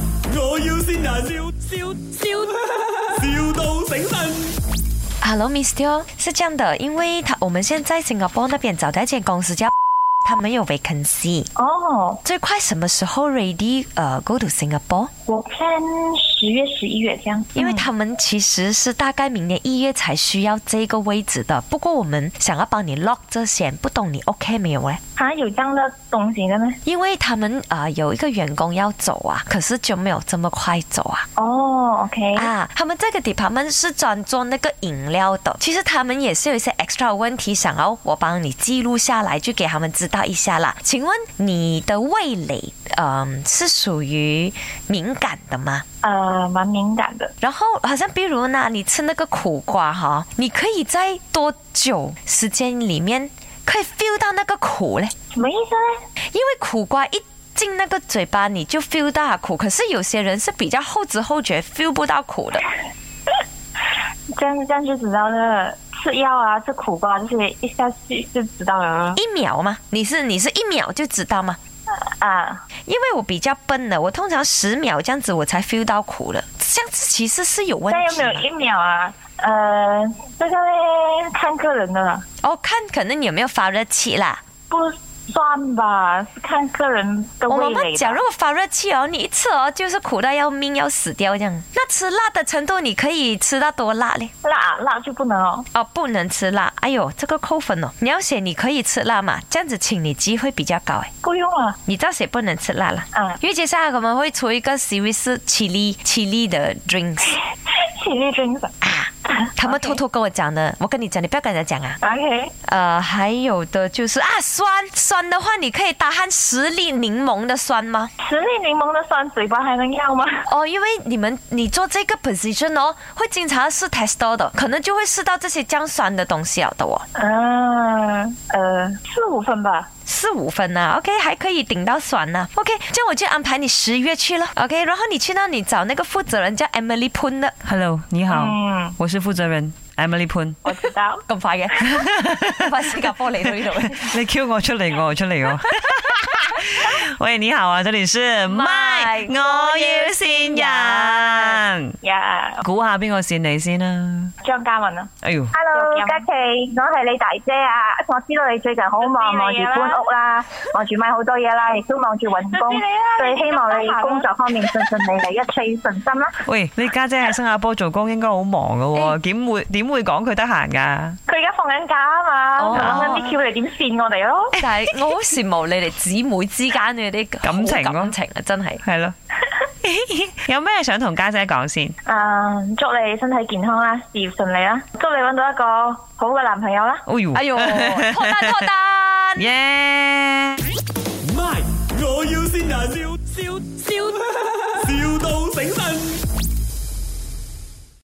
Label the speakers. Speaker 1: 要先人，笑笑笑，, 笑到醒神。
Speaker 2: Hello, Miss Teo，是这样的，因为他我们现在新加坡那边找到一间公司叫，他们有 vacancy，
Speaker 3: 哦，
Speaker 2: 最快什么时候 ready 呃 go to Singapore？
Speaker 3: 我 plan 十月、十一月这样，
Speaker 2: 因为
Speaker 3: 嗯
Speaker 2: 他们其实是大概明年一月才需要这个位置的，不过我们想要帮你 lock 这些，不懂你 OK 没有嘞？
Speaker 3: 啊有这样的东西的吗？
Speaker 2: 因为他们啊、呃有一个员工要走啊，可是就没有这么快走啊。
Speaker 3: 哦，OK，
Speaker 2: 啊，他们这个 department 是专做那个饮料的。其实他们也是有一些 extra 问题，想要我帮你记录下来，就给他们知道一下啦。请问你的味蕾，嗯、是属于敏感的吗？
Speaker 3: 呃，蛮敏感的，
Speaker 2: 然后好像比如呢，你吃那个苦瓜哈，你可以在多久时间里面可以 feel 到那个苦嘞？
Speaker 3: 什么意思呢？
Speaker 2: 因为苦瓜一进那个嘴巴，你就 feel 到它苦。可是有些人是比较后知后觉 feel 不到苦的。
Speaker 3: 这样这样就知道了，吃药啊，吃苦瓜这些一下去就知道了
Speaker 2: 一秒吗？你是你是一秒就知道吗？
Speaker 3: 啊。
Speaker 2: 因为我比较笨的，我通常十秒这样子我才 feel 到苦了，这样子其实是有问
Speaker 3: 那有
Speaker 2: 题
Speaker 3: 没有
Speaker 2: 嘛。
Speaker 3: 一秒啊？呃，这个呢，看个人的啦，
Speaker 2: 哦，看可能你有没有发热气啦。
Speaker 3: 不算吧，是看个人的
Speaker 2: 我
Speaker 3: 味
Speaker 2: 们不
Speaker 3: 蕾吧。
Speaker 2: 讲，如果发热气哦，你一吃哦就是苦到要命要死掉这样。那吃辣的程度，你可以吃到多辣嘞？
Speaker 3: 辣辣就不能哦。
Speaker 2: 哦，不能吃辣。哎呦，这个扣分哦。你要写你可以吃辣嘛，这样子请你机会比较高哎。
Speaker 3: 不用啊，
Speaker 2: 你倒写不能吃辣啦。
Speaker 3: 嗯
Speaker 2: 因为接下来我们会出一个 series 是 chili chili 的 drinks。
Speaker 3: 起立真神。
Speaker 2: 他们偷偷跟我讲的，我跟你讲，你不要跟人家讲啊。
Speaker 3: OK，
Speaker 2: 呃，还有的就是啊，酸酸的话，你可以打含十粒柠檬的酸吗？
Speaker 3: 实力柠檬的酸嘴巴还能要吗？
Speaker 2: 哦，因为你们你做这个 position 哦，会经常试 tester 的，可能就会试到这些降酸的东西了的哦，
Speaker 3: 嗯，呃，四五分吧。
Speaker 2: 四五分呐、o k 还可以顶到酸呐、o k 这样我就安排你十月去了，OK，然后你去那里找那个负责人叫 Emily Poon 的，
Speaker 4: Hello，你好，
Speaker 3: 嗯，
Speaker 4: 我是负责人 Emily Poon。
Speaker 3: 我知道。
Speaker 2: 咁快嘅， 快新加坡嚟到呢 度。
Speaker 4: 你 Q 我出嚟，我出嚟哦。喂，你好啊，这里是
Speaker 2: My，
Speaker 4: My，我要善人。
Speaker 3: 呀、
Speaker 4: 估下边个善你先啦？
Speaker 3: 張嘉文啊，
Speaker 4: 哎呦，
Speaker 3: 有
Speaker 5: Hello，
Speaker 3: 音
Speaker 5: 嘉琪，我係你大姐啊！我知道你最近好忙，
Speaker 3: 我
Speaker 5: 忙
Speaker 3: 知
Speaker 5: 住
Speaker 3: 你啊
Speaker 5: 搬屋啦，忙住買好多嘢啦，亦都忙住揾
Speaker 3: 我知
Speaker 5: 工
Speaker 3: 你啊，
Speaker 5: 所以希望
Speaker 3: 你
Speaker 5: 你
Speaker 3: 咁得閒啊
Speaker 5: 工作方面順順利利，一切順心啦。
Speaker 4: 喂，你家姐喺新加坡做工，應該好忙噶喎，點會點會講佢得閒噶？
Speaker 3: 佢而家放緊假啊嘛，
Speaker 2: 哦
Speaker 3: 佢諗緊啲橋嚟點線我哋咯。
Speaker 2: 但係我好羨慕你哋姊妹之間嘅啲
Speaker 4: 感情
Speaker 2: 好
Speaker 4: 咯
Speaker 2: 感情啊，真係。
Speaker 4: 係咯，有咩想同家姐講先？
Speaker 3: 啊，祝你身體健康啦，事業順利啦，祝你揾到一個好嘅男朋友啦。
Speaker 4: 哎呦，
Speaker 2: 哎 呦，脱單脱單。
Speaker 4: 耶！
Speaker 1: 卖，我要先人，笑笑笑，,笑到醒神。